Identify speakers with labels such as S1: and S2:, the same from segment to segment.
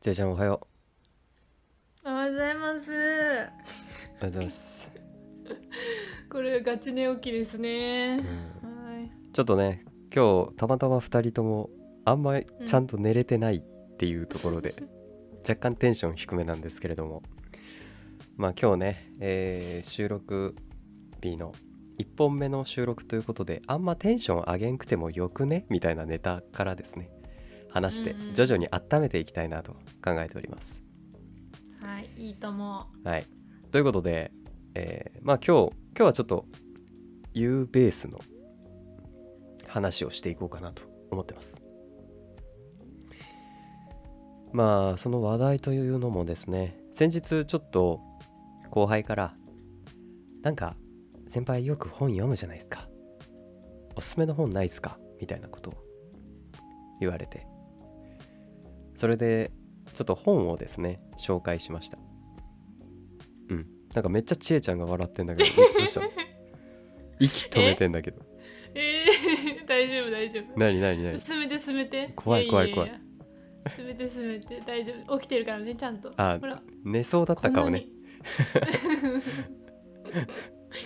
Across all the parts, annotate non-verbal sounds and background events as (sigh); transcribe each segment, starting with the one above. S1: ジェイちゃんおはよ
S2: おはようございます。
S1: う。おはようございます。
S2: これガチ寝起きですね
S1: う。ん
S2: はい。
S1: ちょっとね、今日たまたま二人ともあんまりちゃんと寝れてないっていうところ
S2: (laughs)
S1: で、若干テンション低めなんですけれども、まあ今日ね、えー収録日の1本目の収録ということで、あんまテンション上げんくてもよくねみたいなネタからですね、話して
S2: うんうん
S1: 徐々に温めていきたいなと考えております。
S2: はい、いいとも。
S1: はい、ということで、えーまあ今日今日はちょっと U ベースの話をしていこうかなと思ってます。まあその話題というのもですね先日ちょっと後輩から「なんか先輩よく本読むじゃないですかおすすめの本ないですか?」みたいなことを言われてそれでちょっと本をですね紹介しましたうんなんかめっちゃちえちゃんが笑ってんだけどえどうしたの息止めてんだけど
S2: えー、 (laughs) 大丈夫大丈夫。
S1: 何何何
S2: 進めて進めて。
S1: 怖い怖い
S2: ややや。進めて進めて大丈夫。起きてるからねちゃんと。
S1: あ
S2: ほら。
S1: 寝そうだった
S2: こ
S1: 顔
S2: んな
S1: ね
S2: に。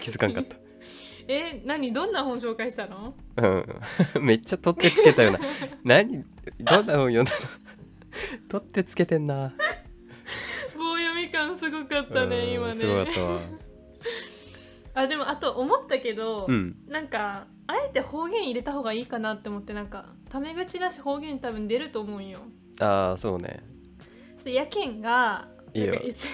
S1: 気づかんかった
S2: え、何どんな本紹介したの？
S1: うん、 (laughs) めっちゃ取ってつけた
S2: (laughs)
S1: ような何どんな本読んだの取ってつけてんな、
S2: 棒読み感すごかったね今
S1: う
S2: ね。
S1: んすごかったわ
S2: (laughs) あ、でもあと思ったけど、
S1: うん
S2: なんか。あえて方言入れた方がいいかなって思ってなんかタメ口だし方言多分出ると思うんよ。
S1: ああそうね
S2: そうやけんが
S1: いいよ
S2: なんかエセ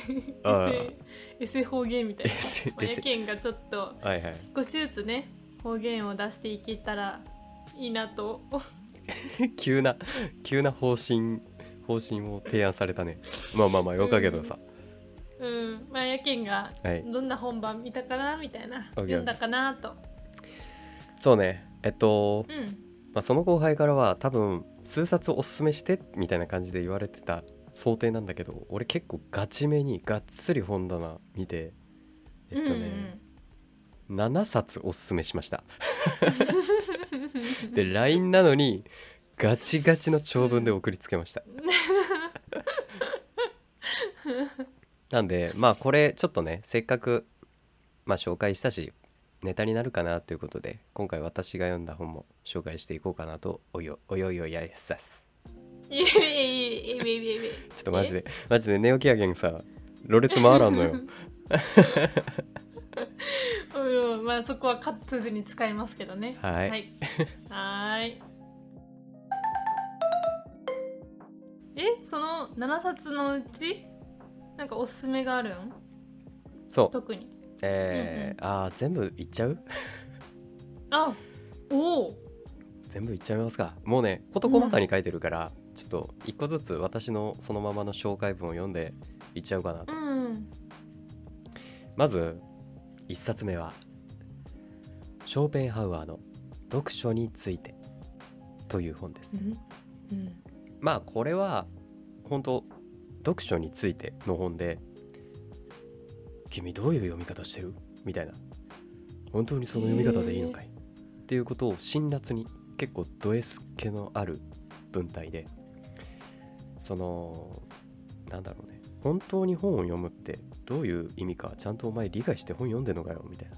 S1: ああ
S2: エセエセ方言みたい
S1: エ
S2: な、
S1: セ
S2: まあ、
S1: エ
S2: や
S1: セ
S2: けんがちょっと
S1: はいはい
S2: 少しずつね方言を出していけたらいいなと
S1: 急な急な方針方針を提案されたねまあまあまあよかけどさ、
S2: うんまあやけんが
S1: はい
S2: どんな本番見たかなみたいな、
S1: オッケー
S2: 読んだかなと
S1: そうねえっと、
S2: うん
S1: まあ、その後輩からは多分数冊おすすめしてみたいな感じで言われてた想定なんだけど俺結構ガチめにがっつり本棚見てえっとね、7冊おすすめしました。で LINE なのにガチガチの長文で送りつけました。なんでまあこれちょっとねせっかく、まあ、紹介したしネタになるかなということで今回私が読んだ本も紹介していこうかなとおよおよいおやいさす。
S2: うんいえいえいえいえいえいえいえ
S1: ちょっとマジでマジで寝起きやけんさろれつ回らん (laughs) のよ。
S2: (laughs) うんうんまあそこはカットせずに使いますけどね
S1: はい
S2: はいはーいえその7冊のうちなんかおすすめがあるん
S1: そう
S2: 特に
S1: えーあー全部いっちゃう
S2: あおお
S1: 全部いっちゃいますかもうね事細かに書いてるから、ちょっと一個ずつ私のそのままの紹介文を読んでいっちゃうかなと、
S2: うん
S1: まず1冊目は「ショーペンハウアーの読書について」という本です、
S2: うんうん
S1: まあこれは本当読書についての本で「君どういう読み方してる?」みたいな「本当にその読み方でいいのかい?」っていうことを辛辣に結構ド S 気のある文体でそのなんだろうね本当に本を読むってどういう意味かちゃんとお前理解して本読んでんのかよみたいな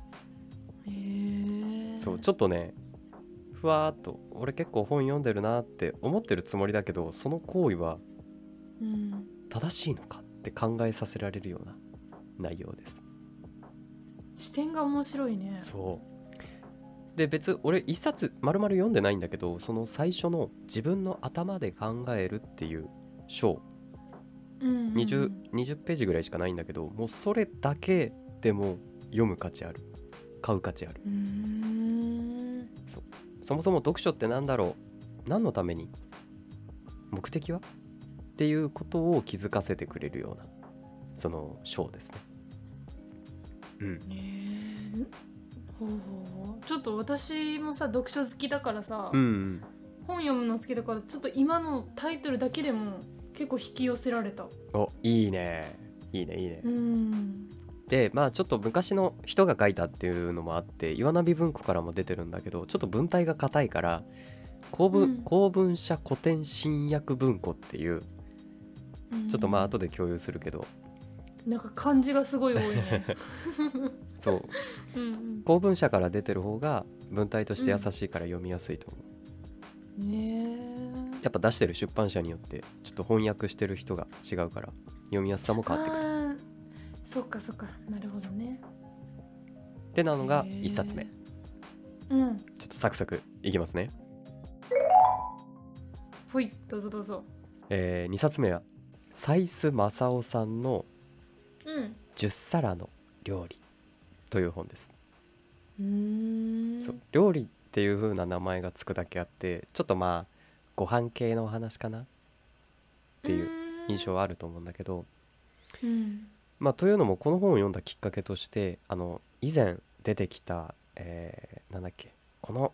S2: へえ
S1: そうちょっとねふわーっと俺結構本読んでるなって思ってるつもりだけどその行為は
S2: うん
S1: 正しいのかって考えさせられるような内容です。
S2: 視点が面白いね
S1: そうで別俺一冊丸々読んでないんだけどその最初の自分の頭で考えるっていう章
S2: う、うんうん、
S1: 20, 20ページぐらいしかないんだけどもうそれだけでも読む価値ある買う価値ある
S2: うーん
S1: そもそも読書って何だろう何のために目的はっていうことを気づかせてくれるようなその章ですね。うん、
S2: へーほうほうほうちょっと私もさ読書好きだからさ、
S1: うんうん
S2: 本読むの好きだからちょっと今のタイトルだけでも結構引き寄せられた
S1: おいいねいいねいいね、
S2: うん
S1: でまあちょっと昔の人が書いたっていうのもあって岩波文庫からも出てるんだけどちょっと文体が硬いから公文,、
S2: うん
S1: 公文社古典新訳文庫っていうちょっとまあ後で共有するけど
S2: なんか漢字がすごい多
S1: (laughs)
S2: いね。
S1: そう (laughs)
S2: うん
S1: 公文社から出てる方が文体として優しいから読みやすいと思う、
S2: うん、ねえ。
S1: やっぱ出してる出版社によってちょっと翻訳してる人が違うから読みやすさも変わってくる
S2: あーそっかそっかなるほどね。
S1: ってなのが
S2: へえ
S1: 1冊目ちょ。
S2: うん。
S1: っとサクサクいきますね、
S2: ほいどうぞどうぞ。
S1: え2冊目はサス・マサオさんの
S2: うん。
S1: 「10皿の料理」という本です、
S2: うーん。
S1: そう料理っていう風な名前がつくだけあってちょっとまあご飯系のお話かなっていう印象はあると思うんだけど、
S2: うん。
S1: まあ、というのもこの本を読んだきっかけとしてあの以前出てきた、えーなんだっけこの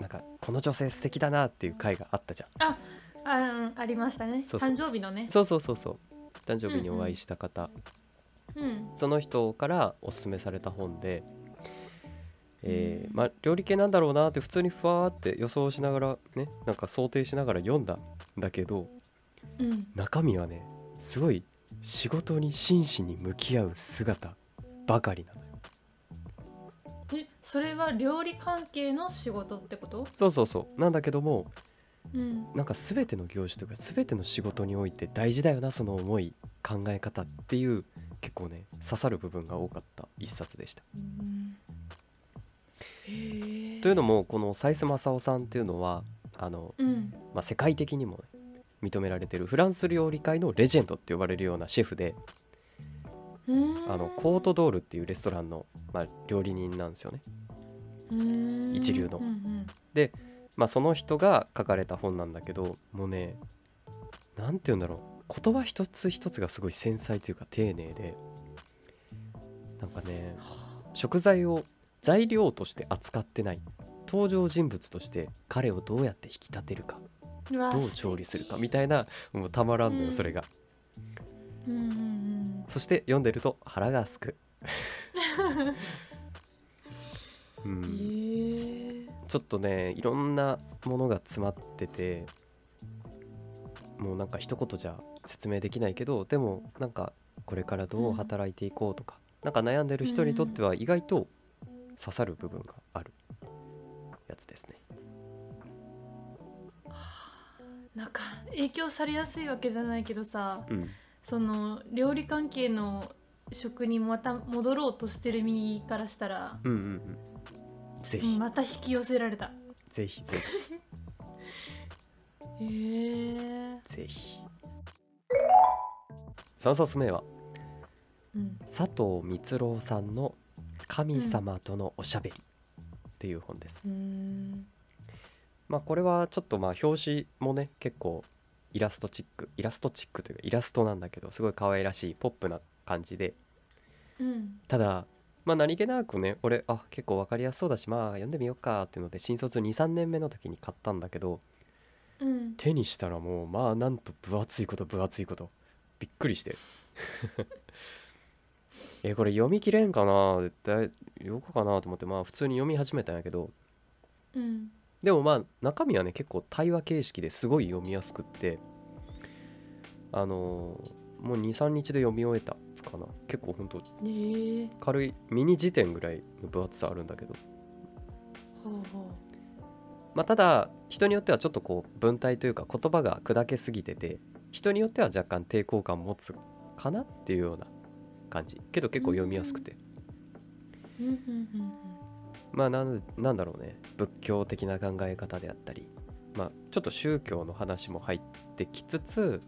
S1: なんかこの女性素敵だなっていう回があったじゃん
S2: あ、うん、ありましたね。
S1: そうそう
S2: 誕生日のね。
S1: そうそうそうそう誕生日にお会いした方、
S2: うん。
S1: その人からおすすめされた本で、えーまあ、料理系なんだろうなって普通にふわーって予想しながらねなんか想定しながら読んだんだけど
S2: うん。
S1: 中身はねすごい仕事に真摯に向き合う姿ばかりなのよ
S2: え、それは料理関係の仕事ってこと？
S1: そうそうそうなんだけども
S2: うん。
S1: なんか全ての業種というか全ての仕事において大事だよなその思い考え方っていう結構ね刺さる部分が多かった一冊でした。
S2: うんへえ。
S1: というのもこのサイス・マサオさんっていうのはあの、
S2: うん。
S1: まあ、世界的にもね、認められてるフランス料理界のレジェンドって呼ばれるようなシェフであのコートドールっていうレストランの、まあ、料理人なんですよね。一
S2: 一
S1: 流の
S2: うんうん
S1: まあ、その人が書かれた本なんだけどもうね何て言うんだろう言葉一つ一つがすごい繊細というか丁寧でなんかね食材を材料として扱ってない登場人物として彼をどうやって引き立てるか
S2: うわ
S1: どう調理するかみ
S2: い
S1: たいなもうたまらんの
S2: う
S1: よ
S2: ん
S1: それが、
S2: な、うんうん
S1: そして読んでると腹がすく、う、
S2: うんん、へえ
S1: ちょっとねいろんなものが詰まっててもうなんか一言じゃ説明できないけどでもなんかこれからどう働いていこうとか、なんか悩んでる人にとっては意外と刺さる部分があるやつですね。
S2: なんか影響されやすいわけじゃないけどさ
S1: うん、
S2: その料理関係の職にまた戻ろうとしてる身からしたら
S1: うん、うんうんぜひ
S2: また引き寄せられた
S1: ぜひぜひ
S2: へえ、
S1: ぜひ3冊目は
S2: うん、
S1: 佐藤光郎さんの「神様とのおしゃべり」っていう本です
S2: う。ーん
S1: まあこれはちょっとまあ表紙もね結構イラストチックイラストチックというかイラストなんだけどすごい可愛らしいポップな感じで
S2: うん
S1: ただまあ何気なくね俺あ結構分かりやすそうだしまあ読んでみようかっていうので新卒23年目の時に買ったんだけど
S2: うん
S1: 手にしたらもうまあなんと分厚いこと分厚いことびっくりして (laughs) えこれ読み切れんかな絶対よくかなと思ってまあ普通に読み始めたんやけど
S2: うん
S1: でもまあ中身はね結構対話形式ですごい読みやすくってあのーもう23日で読み終えたかな結構ほんと
S2: へえ
S1: 軽いミニ辞典ぐらいの分厚さあるんだけど、
S2: ほうほ
S1: まあ、ただ人によってはちょっとこう文体というか言葉が砕けすぎてて人によっては若干抵抗感持つかなっていうような感じけど結構読みやすくて
S2: ううんうんうん
S1: まあなんなんだろうね仏教的な考え方であったり、まあ、ちょっと宗教の話も入ってきつつ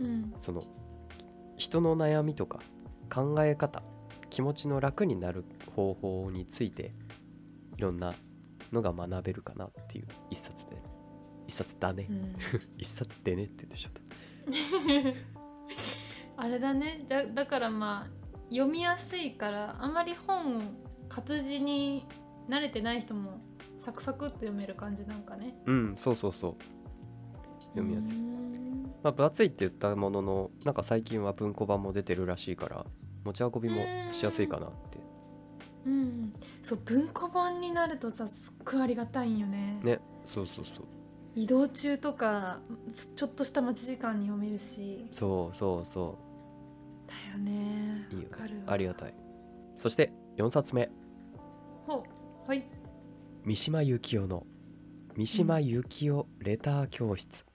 S2: うん
S1: その人の悩みとか考え方気持ちの楽になる方法についていろんなのが学べるかなっていう一冊で一冊だね、
S2: うん
S1: 一冊でねって言ってしまった
S2: あれだねだだからまあ読みやすいからあんまり本活字に慣れてない人もサクサクっと読める感じなんかね
S1: うんそうそうそう読みやすい、
S2: うん
S1: まあ、分厚いって言ったもののなんか最近は文庫版も出てるらしいから持ち運びもしやすいかなって
S2: うんそう文庫版になるとさすっごいありがたいんよね
S1: ねそうそうそう
S2: 移動中とかつちょっとした待ち時間に読めるし
S1: そうそうそ
S2: だよね
S1: ういいよ
S2: わかる
S1: ね
S2: わ
S1: ありがたいそして4冊目
S2: ほうはい
S1: 三島由紀夫の「三島由紀夫レター教室」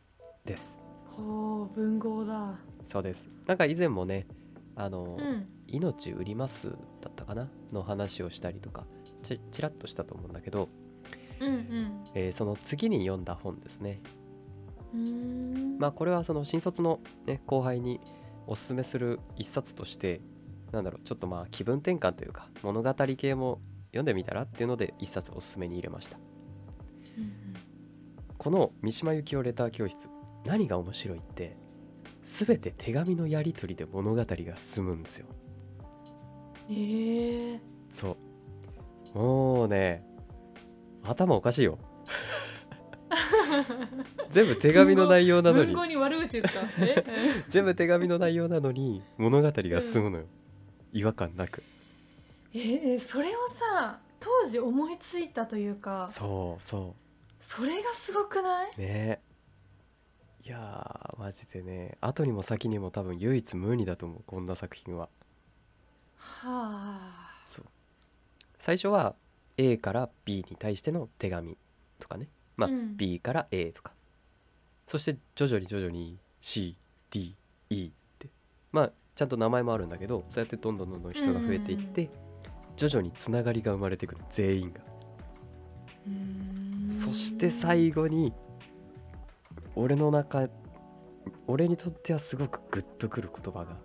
S1: です、
S2: ほう文豪だ
S1: そうですなんか以前もねあの、
S2: うん
S1: 命売ります」だったかなの話をしたりとかちちらっとしたと思うんだけど、
S2: うんうん
S1: えーその次に読んだ本ですね
S2: うーん
S1: まあこれはその新卒の、ね、後輩におすすめする一冊としてなんだろうちょっとまあ気分転換というか物語系も読んでみたらっていうので一冊おすすめに入れました
S2: うん
S1: この三島由紀夫レター教室何が面白いって全て手紙のやり取りで物語が進むんですよ
S2: うんええ
S1: そうもうね頭おかしいよ全部手紙の内容なの
S2: 文
S1: に
S2: 豪に悪口言ったんですね
S1: 全部手紙の内容なのに物語が進むのよ、違和感なく
S2: えーそれをさ当時思いついたというか
S1: そうそ
S2: それがすごくないう
S1: ねいやーマジでね後にも先にも多分唯一無二だと思うこんな作品は
S2: はあ
S1: 最初は A から B に対しての手紙とかねまあ、
S2: うん
S1: B から A とかそして徐々に徐々に CDE ってまあちゃんと名前もあるんだけどそうやってどんどんどんどん人が増えていって、徐々につながりが生まれてくる全員が
S2: うーん
S1: そして最後に俺の中俺にとってはすごくグッとくる言葉が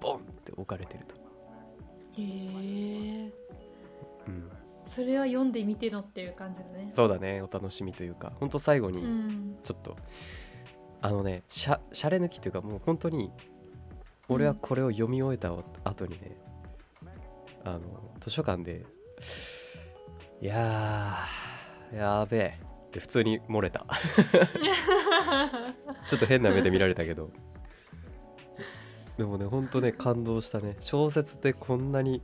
S1: ボンって置かれてると、
S2: えー
S1: うん、
S2: それは読んでみてのっていう感じだね
S1: そうだねお楽しみというかほんと最後に、 (laughs)
S2: うん
S1: ちょっとあのねしゃしゃれ抜きというかもう本当に俺はこれを読み終えた後にね、あの図書館で「いやーやーべえ」って普通に漏れたちょっと変な目で見られたけどでもね本当ね感動したね小説でこんなに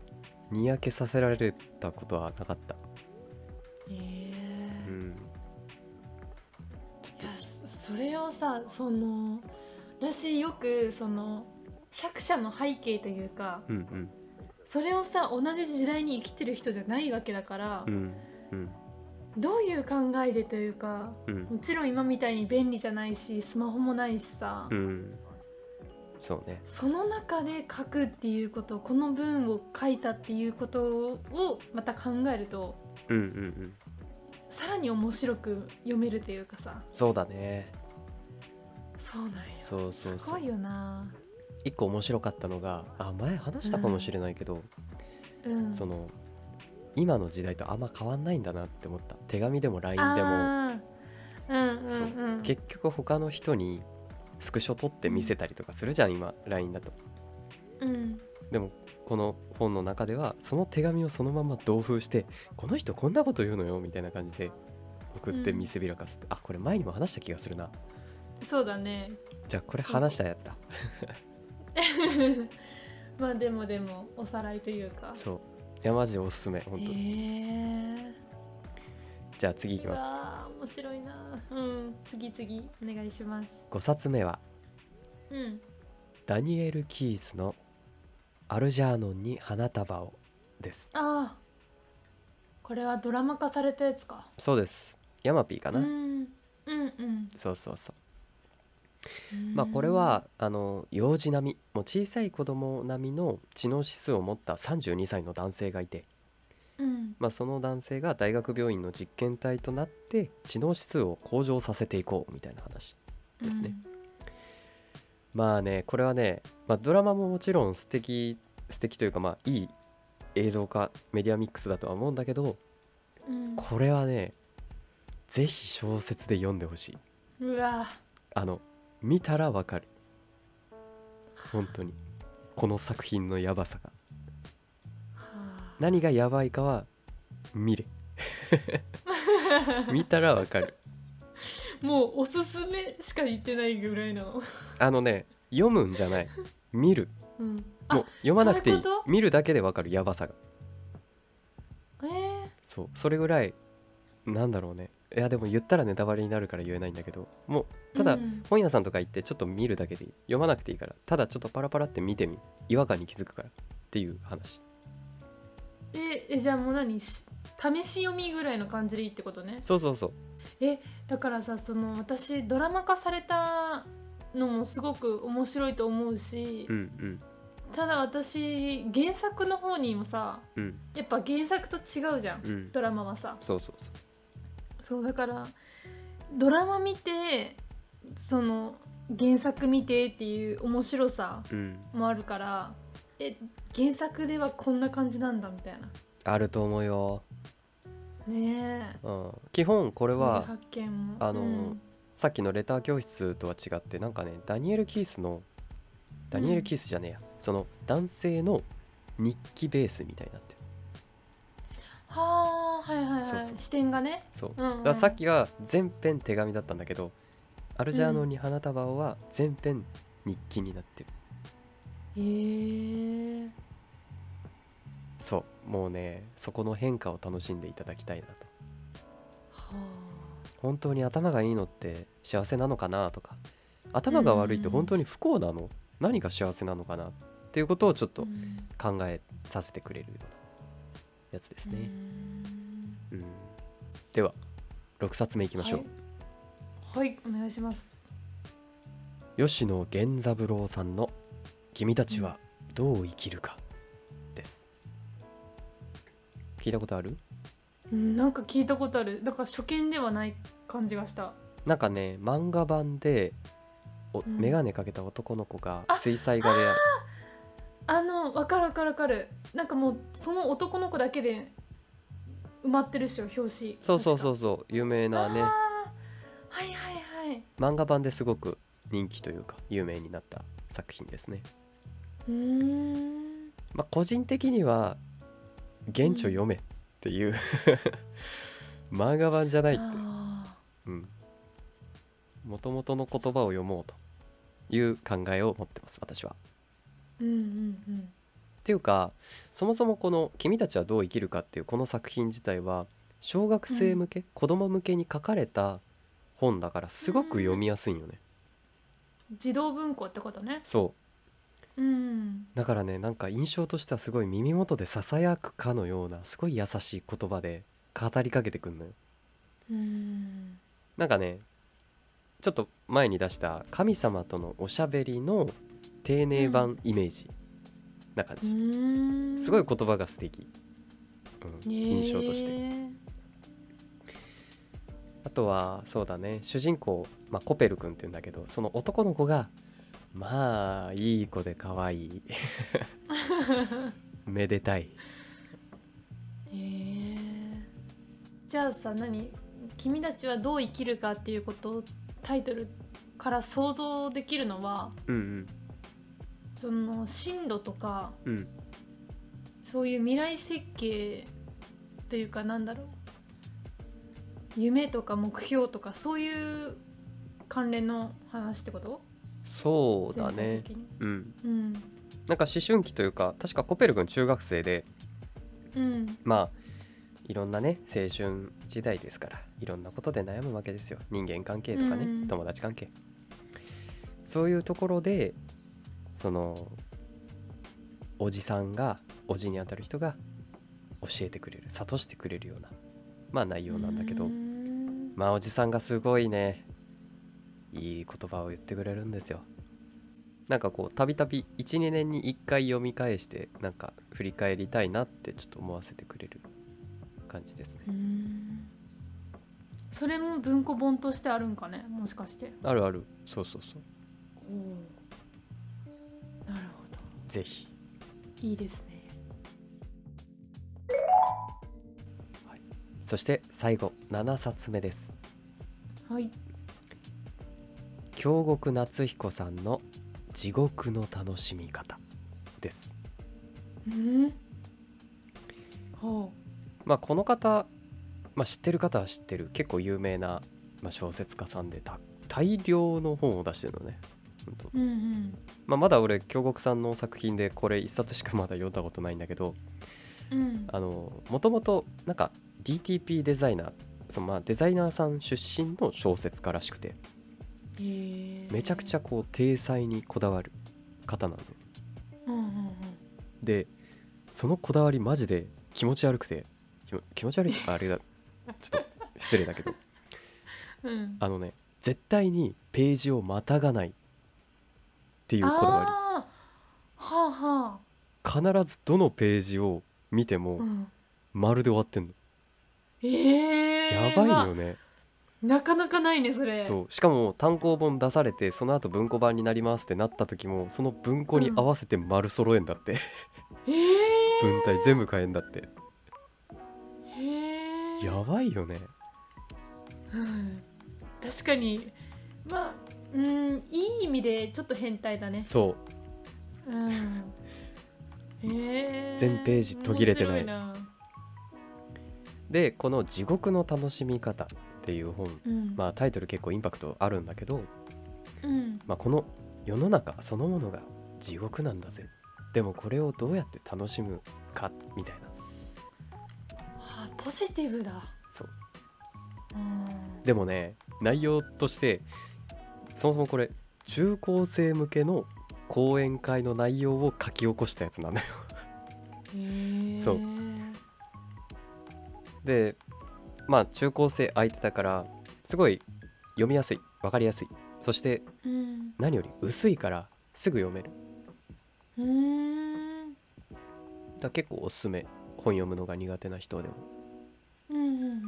S1: にやけさせられたことはなかった、
S2: えー
S1: うん、
S2: いやそそれをさその私よくその作者の背景というか
S1: うんうん
S2: それをさ同じ時代に生きてる人じゃないわけだから、
S1: うんうん
S2: どういう考えでというか
S1: うん
S2: もちろん今みたいに便利じゃないしスマホもないしさ、
S1: うんそうね
S2: その中で書くっていうことこの文を書いたっていうことをまた考えると
S1: うんうんうん
S2: さらに面白く読めるというかさ
S1: そうだね
S2: そうなんや
S1: そうそう
S2: す
S1: そ
S2: ご
S1: う
S2: いよな
S1: 一個面白かったのがあ前話したかもしれないけど、
S2: うん
S1: その今の時代とあんま変わんないんだなって思った手紙でも LINE でも
S2: あーうんう
S1: そうん
S2: うん
S1: 結局他の人にスクショ撮って見せたりとかするじゃん今 LINE だと
S2: うん
S1: でもこの本の中ではその手紙をそのまま同封してこの人こんなこと言うのよみたいな感じで送って見せびらかすって、あこれ前にも話した気がするな
S2: そうだね (laughs)
S1: じゃあこれ話したやつだ、
S2: まあでもでもおさらいというか
S1: そういやマジおすすめ本
S2: へ
S1: 当、
S2: えー、
S1: じゃあ次いき
S2: う
S1: ます
S2: わー面白いなうん次次お願いします
S1: 5冊目は
S2: うん
S1: ダニエル・キースの「アルジャーノンに花束を」です
S2: ああこれはドラマ化されたやつか
S1: そうですヤマピーかな、
S2: うんうんうん
S1: そうそうそうまあこれはあの幼児並みもう小さい子供並みの知能指数を持った32歳の男性がいて、
S2: うん
S1: まあ、その男性が大学病院の実験体となって知能指数を向上させていこうみたいな話ですね、まあねこれはね、まあ、ドラマももちろん素敵素敵というかまあいい映像化メディアミックスだとは思うんだけど
S2: うん
S1: これはねぜひ小説で読んでほしい
S2: うん、うわ
S1: あの見たらわかる本当にこの作品のやばさが
S2: ー
S1: 何がやばいかは見
S2: (laughs)
S1: れ見たらわかる
S2: もうおすすめしか言ってないぐらいの、
S1: あのね読むんじゃない見る
S2: うん、
S1: もう読まなくていい
S2: そういうこと
S1: 見るだけでわかるやばさが
S2: えー、
S1: そうそれぐらいなんだろうねいやでも言ったらネタバレになるから言えないんだけどもうただ、
S2: うん
S1: 本屋さんとか行ってちょっと見るだけでいい読まなくていいからただちょっとパラパラって見てみ違和感に気づくからっていう話
S2: ええじゃあもう何し試し読みぐらいの感じでいいってことね
S1: そうそうそう
S2: えだからさその私ドラマ化されたのもすごく面白いと思うし、
S1: うんうん
S2: ただ私原作の方にもさ
S1: うん
S2: やっぱ原作と違うじゃん、
S1: うん
S2: ドラマはさ
S1: そうそうそう
S2: そうだからドラマ見てその原作見てっていう面白さ
S1: うん
S2: もあるからえ原作ではこんな感じなんだみたいな
S1: あると思うよ、
S2: ねえ
S1: うん、基本こ
S2: こ
S1: れは
S2: 発見も
S1: あの
S2: うん
S1: さっきのレター教室とは違ってなんかねダニエル・キースのダニエル・キースじゃねえや、その男性の日記ベースみたいになってる
S2: はあはいはいはい
S1: そうそう
S2: 視点がね
S1: そう
S2: うんうん
S1: だからさっきは全編手紙だったんだけどアルジャーノンに花束をは全編日記になってる、
S2: へえ
S1: そうもうねそこの変化を楽しんでいただきたいなと
S2: は
S1: 本当に頭がいいのって幸せなのかなとか頭が悪いって本当に不幸なの、何が幸せなのかなっていうことをちょっ
S2: あ
S1: と考えさせてくれるようなやつです
S2: うん
S1: ね、うんでは6冊目いきましょう、
S2: はい、はい、お願いします
S1: 吉野源三郎さんの「君たちはどう生きるか」です聞いたことある
S2: うんなんか聞いたことあるだから初見ではない感じがした
S1: なんかね漫画版でお、
S2: ん
S1: 眼鏡かけた男の子が
S2: あ
S1: 水彩画でや
S2: あのわかるわかるわかるなんかもうその男の子だけで埋まってるっしょ表紙
S1: そうそうそううそう有名なね
S2: はいはいはい
S1: 漫画版ですごく人気というか有名になった作品ですね、
S2: うーん
S1: まあ、個人的には「原著読め」っていう (laughs) 漫画版じゃないって
S2: あ
S1: もともとの言葉を読もうという考えを持ってます私は。
S2: ーうんうん
S1: っていうかそもそもこの「君たちはどう生きるか」っていうこの作品自体は小学生向け、子供向けに書かれた本だからすごく読みやすいんよね。
S2: うん児童文庫ってことね
S1: そう
S2: うん
S1: だからねなんか印象としてはすごい耳元でささやくかのようなすごい優しい言葉で語りかけてくんのよ
S2: うん
S1: なんかねちょっと前に出した神様とのおしゃべりの丁寧版イメージな感
S2: う
S1: じ、
S2: ーん
S1: すごい言葉が素敵、うん、印象として、
S2: へー
S1: あとはそうだね主人公、まあ、コペル君って言うんだけどその男の子がまあいい子で可愛
S2: (laughs)
S1: いめでたい
S2: へーじゃあさ何「君たちはどう生きるか」っていうことタイトルから想像できるのは
S1: うん
S2: その進路とか
S1: うんうん
S2: そういう未来設計というかなんだろう夢とか目標とかそういう関連の話ってこと
S1: そうだ
S2: 全
S1: ね
S2: 体的に
S1: うん
S2: うん
S1: なんか思春期というか確かコペル君中学生で
S2: うん
S1: まあいろんなね青春時代ですからいろんなことで悩むわけですよ人間関係とかね、
S2: うん
S1: 友達関係そういうところでそのおじさんがおじにあたる人が教えてくれる諭してくれるようなまあ内容なんだけど、
S2: うーん
S1: まあおじさんがすごいねいい言葉を言ってくれるんですよなんかこうたびたび12年に1回読み返してなんか振り返りたいなってちょっと思わせてくれる感じですね
S2: うーんそれも文庫本としてあるんかねもしかして
S1: あるあるそうそうそう
S2: なるほど
S1: ぜひ
S2: いいですね
S1: そして最後7冊目です
S2: はい
S1: 京極夏彦さんの「地獄の楽しみ方」です
S2: うんほ
S1: まあこの方、まあ、知ってる方は知ってる結構有名な、まあ、小説家さんでた大量の本を出してるのねほんと
S2: ううんうん
S1: まあ、まだ俺京極さんの作品でこれ一冊しかまだ読んだことないんだけど
S2: うん
S1: あのもともとなんか DTP デザイナーそのまあデザイナーさん出身の小説家らしくてめちゃくち
S2: ゃ、
S1: ゃこう体裁にこだわる方なの
S2: うんうんうん、
S1: でそのこだわりマジで気持ち悪くて気も気持ち悪いああれだちょっと失礼だけど
S2: うん、
S1: あのね絶対にページをまたがないっていうこだわ
S2: あーはあは
S1: り必ずどのページを見て
S2: あ、う
S1: も
S2: ん、
S1: 丸で終わってんの、
S2: ええ
S1: やばいよね、
S2: なかなかないねそれ
S1: そうしかも単行本出されてその後文庫版になりますってなった時もその文庫に合わせて丸揃えんだって、
S2: え
S1: 文体全部変えんだって
S2: えへえ
S1: やばいよね
S2: うん確かにまあうんいい意味でちょっと変態だね
S1: そう
S2: うんへえ
S1: 全ページ途切れてない
S2: 面白な
S1: でこの「地獄の楽しみ方」っていう本、
S2: うん
S1: まあ、タイトル結構インパクトあるんだけど、
S2: うん
S1: まあ、この世の中そのものが地獄なんだぜでもこれをどうやって楽しむかみたいな
S2: あポジティブだ
S1: そう
S2: うん
S1: でもね内容としてそもそもこれ中高生向けの講演会の内容を書き起こしたやつなんだよ (laughs)
S2: へえ
S1: そうでまあ中高生相手だからすごい読みやすい分かりやすいそして
S2: うん
S1: 何より薄いからすぐ読める
S2: うーん
S1: だから結構おすすめ本読むのが苦手な人でも
S2: うんうんうん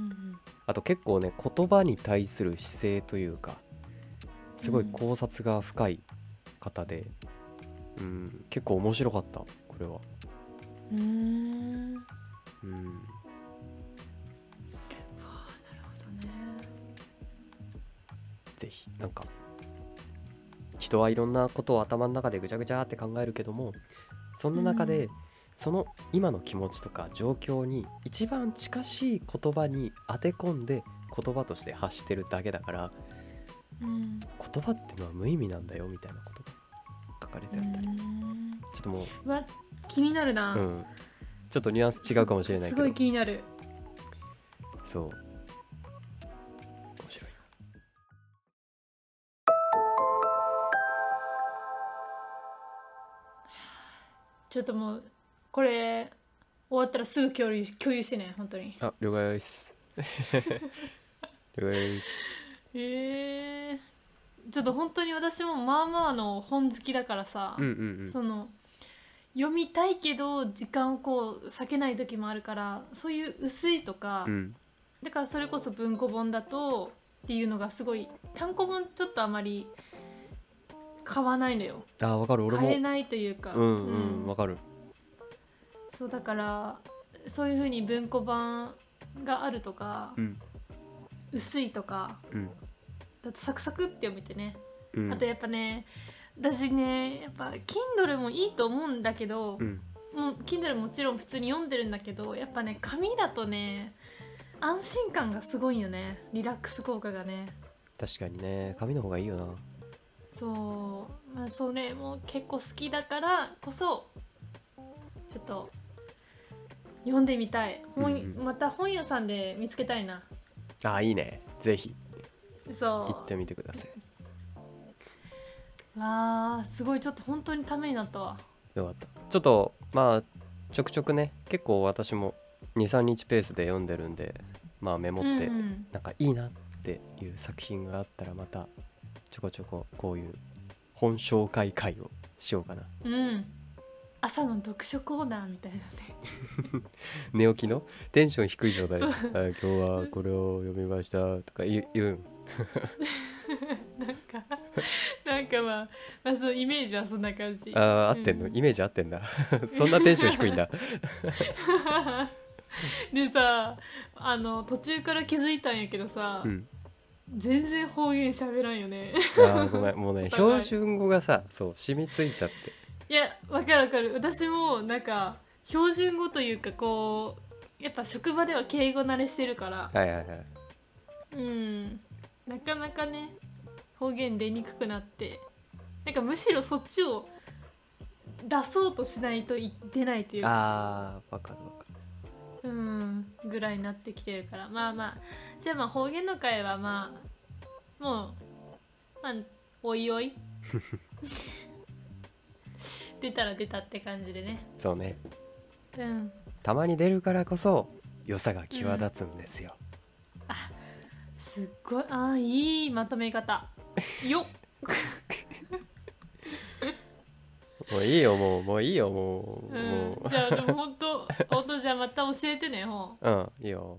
S1: あと結構ね言葉に対する姿勢というかすごい
S2: うん
S1: 考察が深い方で、うん、結構面白かったこれは、
S2: うんうーんなる
S1: うん、
S2: ほどね
S1: ぜひなんか人はいろんなことを頭の中でぐちゃぐちゃって考えるけどもそんな中で、
S2: うん
S1: その今の気持ちとか状況に一番近しい言葉に当て込んで言葉として発してるだけだから
S2: うん
S1: 言葉ってのは無意味なんだよみたいなことが書かれてあったり、ちょ
S2: うん
S1: っともう
S2: うわ気になるな、
S1: うん、ちょっとニュアンス違うかもしれない
S2: す
S1: け
S2: ご
S1: ど
S2: い気になる
S1: そう面白い
S2: ちょっともうこれ終わったらすぐ共有共有してね本当に
S1: あ了解です (laughs) 了解です
S2: ええちょっと本当に私もまあまあの本好きだからさ、
S1: うんうん
S2: その読みたいけど時間をこう避けない時もあるからそういう薄いとか、
S1: うんうん
S2: だからそれこそ文庫本だとっていうのがすごい単行本ちょっとあまり買わないのよ
S1: あわかる俺
S2: 買え
S1: も
S2: ないというか、
S1: うんうん
S2: うん
S1: わかる
S2: そうだからそういうふうに文庫版があるとか、
S1: うん
S2: 薄いとか
S1: うん
S2: だとサクサクって読めてね、
S1: うん
S2: あとやっぱね私ねやっぱ Kindle もいいと思うんだけど、
S1: うん
S2: もう Kindle もちろん普通に読んでるんだけどやっぱね紙だとね安心感がすごいよねリラックス効果がね
S1: 確かにね紙の方がいいよな
S2: そうまあそれも結構好きだからこそちょっと読んでみたい本、
S1: うんうん
S2: また本屋さんで見つけたいな
S1: あいいねぜひ行
S2: そ
S1: ってみてくださいう
S2: わあすごいちょっと本当にためになったわ
S1: よかったちょっとまあちょくちょくね結構私も23日ペースで読んでるんでまあメモって
S2: うんうん
S1: なんかいいなっていう作品があったらまたちょこちょここういう本紹介会をしようかな (laughs)
S2: うん朝の読書コーナーみたいなね
S1: 寝起きのテンション低い状態で「あ
S2: そう
S1: 今日はこれを読みました」とか言う言うん
S2: なんか (laughs) なんかまあ、まあ、そのイメージはそんな感じ
S1: あー合ってんの
S2: うん
S1: イメージ合ってんだ (laughs) そんなテンション低いんだ
S2: でさあの途中から気づいたんやけどさ、
S1: うん
S2: 全然方言喋らんよね (laughs)
S1: あーごめんもうね
S2: お互
S1: 標
S2: い
S1: 準語がさそう染みついちゃって
S2: いやわかるわかる私もなんか標準語というかこうやっぱ職場では敬語慣れしてるから
S1: はいはいはい
S2: うんなかなかね方言出にくくなってなんかむしろそっちを出そうとしないとい出ないというか
S1: あーわかるわかる
S2: うんぐらいになってきてるからまあまあじゃあまあ方言の会はまあもうまあおいおい出たら出たって感じでね
S1: そうね
S2: うん
S1: たまに出るからこそ良さが際立つんですよ、
S2: すっごいあーいいまとめ方よっ
S1: もういいよもうもういいよもう、
S2: う
S1: も
S2: ん、じゃあでも本当本当じゃあまた教えてね本。
S1: ううんいいよ